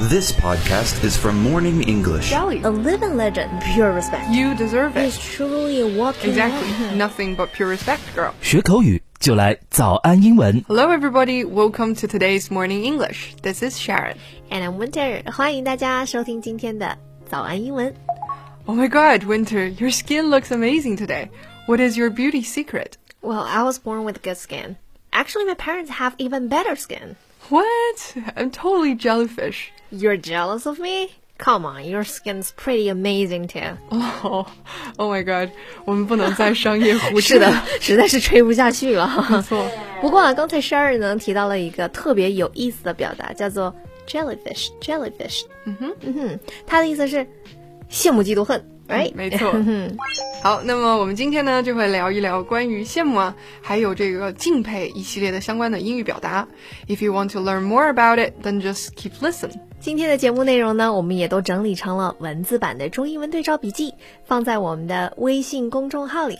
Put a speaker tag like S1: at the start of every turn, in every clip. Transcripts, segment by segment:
S1: This podcast is from Morning English.
S2: A living legend, pure respect.
S3: You deserve
S2: It's
S3: it.
S2: truly a walking
S3: Exactly. Nothing but pure respect, girl.
S4: 学口语就来早安英文。
S3: Hello, everybody. Welcome to today's Morning English. This is Sharon.
S2: And I'm Winter，欢迎大家收听今天的早安英文。
S3: Oh my god, Winter, your skin looks amazing today. What is your beauty secret?
S2: Well, I was born with good skin. Actually, my parents have even better skin.
S3: What? I'm totally jellyfish.
S2: You're jealous of me? Come on, your skin's pretty amazing too.
S3: 哦、oh,，Oh Oh, my god，我们不能再商业 胡扯。
S2: 是的， 实在是吹不下去 了。
S3: 错。
S2: 不过啊，刚才 Sharon 呢提到了一个特别有意思的表达，叫做 jellyfish jellyfish。嗯哼，嗯哼，它的意思是羡慕嫉妒恨，right？
S3: 嗯没错。好，那么我们今天呢，就会聊一聊关于羡慕啊，还有这个敬佩一系列的相关的英语表达。If you want to learn more about it, then just keep listen.
S2: 今天的节目内容呢，我们也都整理成了文字版的中英文对照笔记，放在我们的微信公众号里，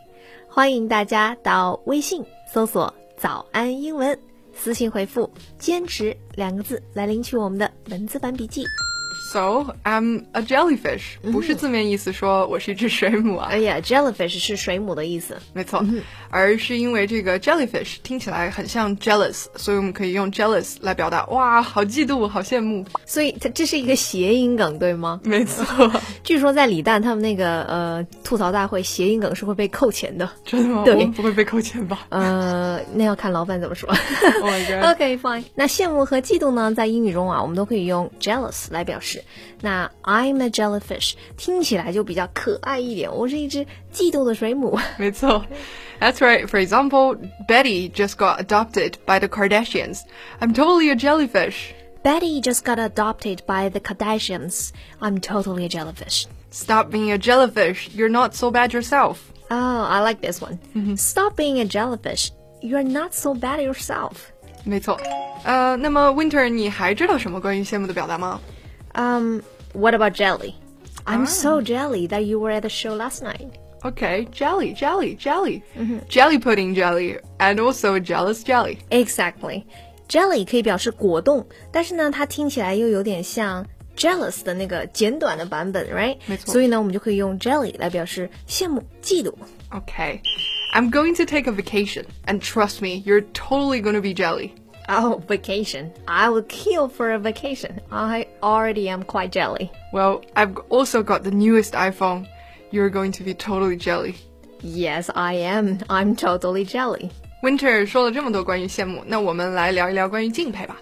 S2: 欢迎大家到微信搜索“早安英文”，私信回复“坚持”两个字来领取我们的文字版笔记。
S3: So I'm a jellyfish，、不是字面意思说我是一只水母啊
S2: 哎，呀，jellyfish 是水母的意思。
S3: 没错，而是因为这个 jellyfish 听起来很像 jealous，所以我们可以用 jealous 来表达，哇，好嫉妒，好羡慕。
S2: 所以它这是一个谐音梗，对吗？
S3: 没错，
S2: 据说在李诞他们那个呃吐槽大会，谐音梗是会被扣钱的。
S3: 真的吗？
S2: 对
S3: 我们不会被扣钱吧？
S2: 呃，那要看老板怎么说。
S3: Oh my god
S2: OK fine。那羡慕和嫉妒呢，在英语中啊，我们都可以用 jealous 来表示。那 I'm a jellyfish 听起来就比较可爱一点，我是一只嫉妒的水母。
S3: 没错，That's right. For example, Betty just got adopted by the Kardashians. I'm totally a jellyfish.
S2: Betty just got adopted by the Kardashians. I'm totally a jellyfish.
S3: Stop being a jellyfish. You're not so bad yourself.
S2: Oh, I like this one. Stop being a jellyfish. You're not so bad yourself.
S3: 没错，呃，Uh, 那么 Winter，你还知道什么关于羡慕的表达吗？
S2: Um, what about jelly? I'm so jelly that you were at the show last night.
S3: Okay, jelly, jelly, jelly, jelly pudding jelly, and also jealous jelly.
S2: Exactly. Jelly 可以表示果冻，但是呢，它听起来又有点像 jealous 的那个简短的版本，right？
S3: 没错
S2: 所以呢，我们就可以用 jelly 来表示羡慕、嫉妒。
S3: Okay, I'm going to take a vacation, and trust me, you're totally going to be jelly.
S2: Oh, vacation! I would kill for a vacation. I already am quite jelly.
S3: Well, I've also got the newest iPhone. You're going to be totally jelly.
S2: Yes, I am. I'm totally jelly.
S3: Winter 说了这么多关于羡慕，那我们来聊一聊关于敬佩吧。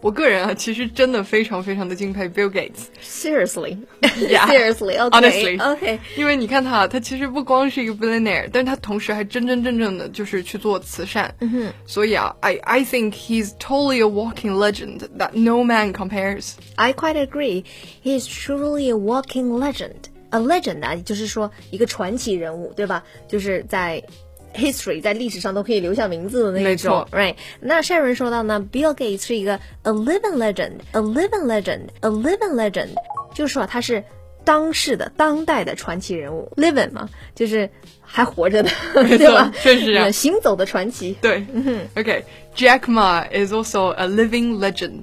S3: 我个人啊，其实真的非常非常的敬佩 Bill Gates。
S2: Seriously,
S3: Yeah.
S2: seriously. Okay,
S3: Honestly.
S2: okay.
S3: 因为你看他，他其实不光是一个 billionaire，但是他同时还真真正正的就是去做慈善。嗯哼，所以啊，I I think he's totally a walking legend that no man compares。
S2: I quite agree. He is truly a walking legend. A legend 啊，就是说一个传奇人物，对吧？就是在 history 在历史上都可以留下名字的那一种
S3: 没错
S2: ，right？那上文说到呢，Bill Gates 是一个 a living legend，a living legend，a living legend，就是说他是当世的当代的传奇人物，living 嘛，就是还活着的，对吧？
S3: 确实啊
S2: 呃行走的传奇。
S3: 对，OK。Jack Ma is also a living legend。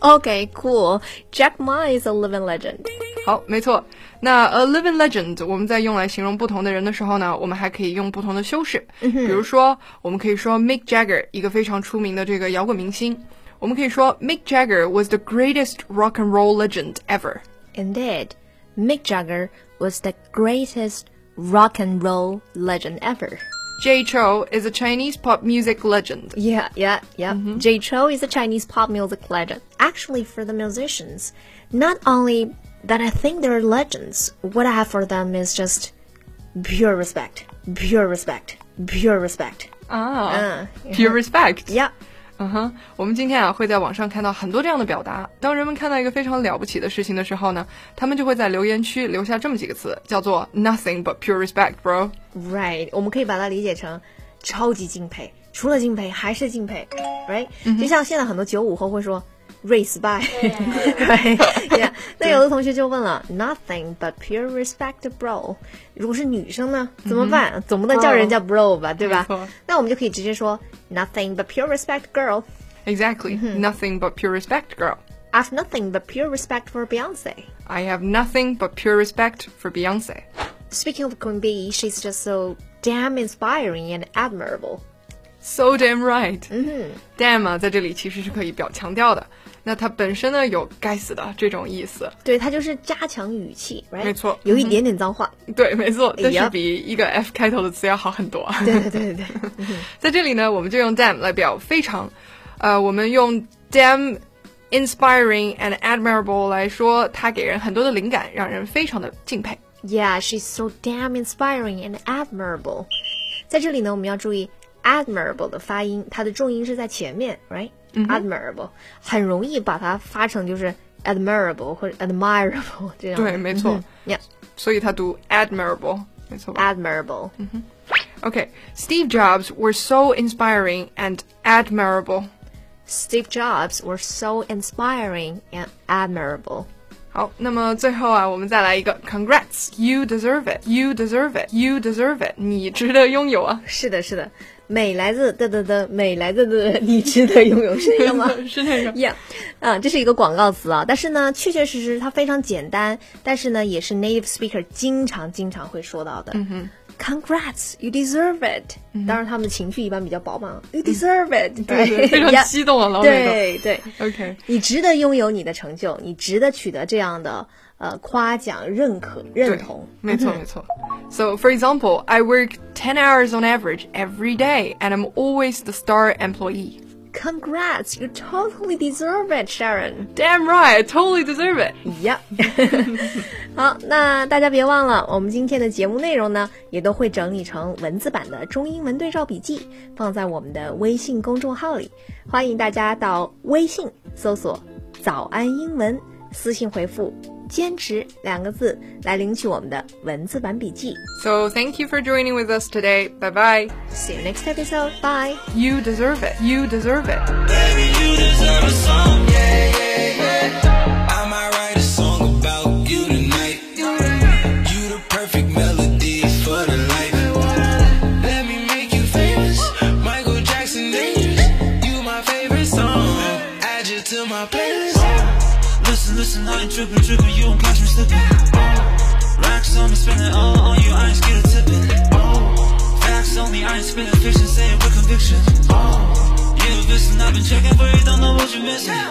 S2: OK，cool、Jack Ma is a living legend.
S3: 好，没错。那 a living legend，我们在用来形容不同的人的时候呢，我们还可以用不同的修饰。
S2: 嗯
S3: 比如说，我们可以说 Mick Jagger，一个非常出名的这个摇滚明星。我们可以说 Mick Jagger was the greatest rock and roll legend ever。
S2: Indeed, Mick Jagger was the greatest rock and roll legend ever.
S3: J. Chou is a Chinese pop music legend。
S2: Yeah, yeah, yeah. J. Cho is a Chinese pop music legend. Actually, for the musicians, not only that I think they're legends, what I have for them is just pure respect, pure respect, pure respect.
S3: 啊
S2: 嗯
S3: ，pure respect。
S2: Yeah.
S3: 嗯哼，我们今天啊会在网上看到很多这样的表达。当人们看到一个非常了不起的事情的时候呢，他们就会在留言区留下这么几个词，叫做 nothing but pure respect, bro。
S2: Right，我们可以把它理解成超级敬佩，除了敬佩还是敬佩，Right？、就
S3: 嗯
S2: 像现在很多九五后会说 race by，Right？Yeah，那有的同学就问了，Nothing but pure respect, bro。如果是女生呢，怎么办？总不能叫人家 bro 吧，对吧
S3: 嗯哦没错？
S2: 那我们就可以直接说 Nothing but pure respect, girl。
S3: Exactly, nothing but pure respect, girl.
S2: I have nothing but pure respect for Beyonce.
S3: I have nothing but pure respect for Beyonce.
S2: Speaking of Queen B, she's just so damn inspiring and admirable.
S3: So damn right。嗯，damn 啊，在这里其实是可以表强调的。那它本身呢有该死的这种意思，
S2: 对，它就是加强语气，right？
S3: 没错嗯
S2: 有一点点脏话。
S3: 对，没错，但是
S2: Yup
S3: 比一个 f 开头的词要好很多。
S2: 对对 对对对。
S3: 在这里呢，我们就用 damn 来表非常，呃，我们用 damn inspiring and admirable 来说，它给人很多的灵感，让人非常的敬佩。
S2: Yeah, she's so damn inspiring and admirable. 在这里呢，我们要注意 admirable 的发音，它的重音是在前面，right？、admirable
S3: 嗯
S2: 很容易把它发成就是 admirable 或者 admirable 这样的。
S3: 对，没错，
S2: Yeah,
S3: 所以它读 admirable，没错吧
S2: admirable.
S3: 嗯？OK, Steve Jobs were so inspiring and admirable.
S2: Steve Jobs were so inspiring and admirable.
S3: 好，那么最后啊，我们再来一个，Congrats, you deserve it, you deserve it, you deserve it，你值得拥有啊，
S2: 是的，是的，美来自的的的，美来自的的，你值得拥有，是这个吗？
S3: 是那个。
S2: Yeah，啊，这是一个广告词啊，但是呢，确确实实它非常简单，但是呢，也是 native speaker 经常经常会说到的。嗯哼。Congrats, you deserve it、当然，他们的情绪一般比较饱满啊。You deserve it，、
S3: 嗯 对对非常
S2: Yeah
S3: 激动啊老美都
S2: 对对
S3: OK，
S2: 你值得拥有你的成就，你值得取得这样的呃夸奖、认可、认同。
S3: So, for example, I work 10 hours on average every day, and I'm always the star employee.
S2: Congrats, you totally deserve it, Sharon.
S3: Damn right, I totally deserve it.
S2: Yep 好，那大家别忘了，我们今天的节目内容呢，也都会整理成文字版的中英文对照笔记，放在我们的微信公众号里。欢迎大家到微信搜索“早安英文”，私信回复“坚持”两个字来领取我们的文字版笔记。
S3: So, thank you for joining with us today. Bye bye.
S2: See you next episode. Bye.
S3: You deserve it. You deserve it.
S5: you deserve a song. Yeah, yeah, yeah. I might write a song about you tonight. You the perfect melody for the life. Let me make you famous, Michael Jackson dangerous. You my favorite song. Add you to my playlist. Listen, listen, I ain't tripping, tripping. You don't catch me slipping. Racks on me, spending all on you. I ain't scared of tipping. Facts on me, I ain't Oh. spinning fiction, saying with conviction. Oh, you a listen, I've been checking, but you don't know what you're missing.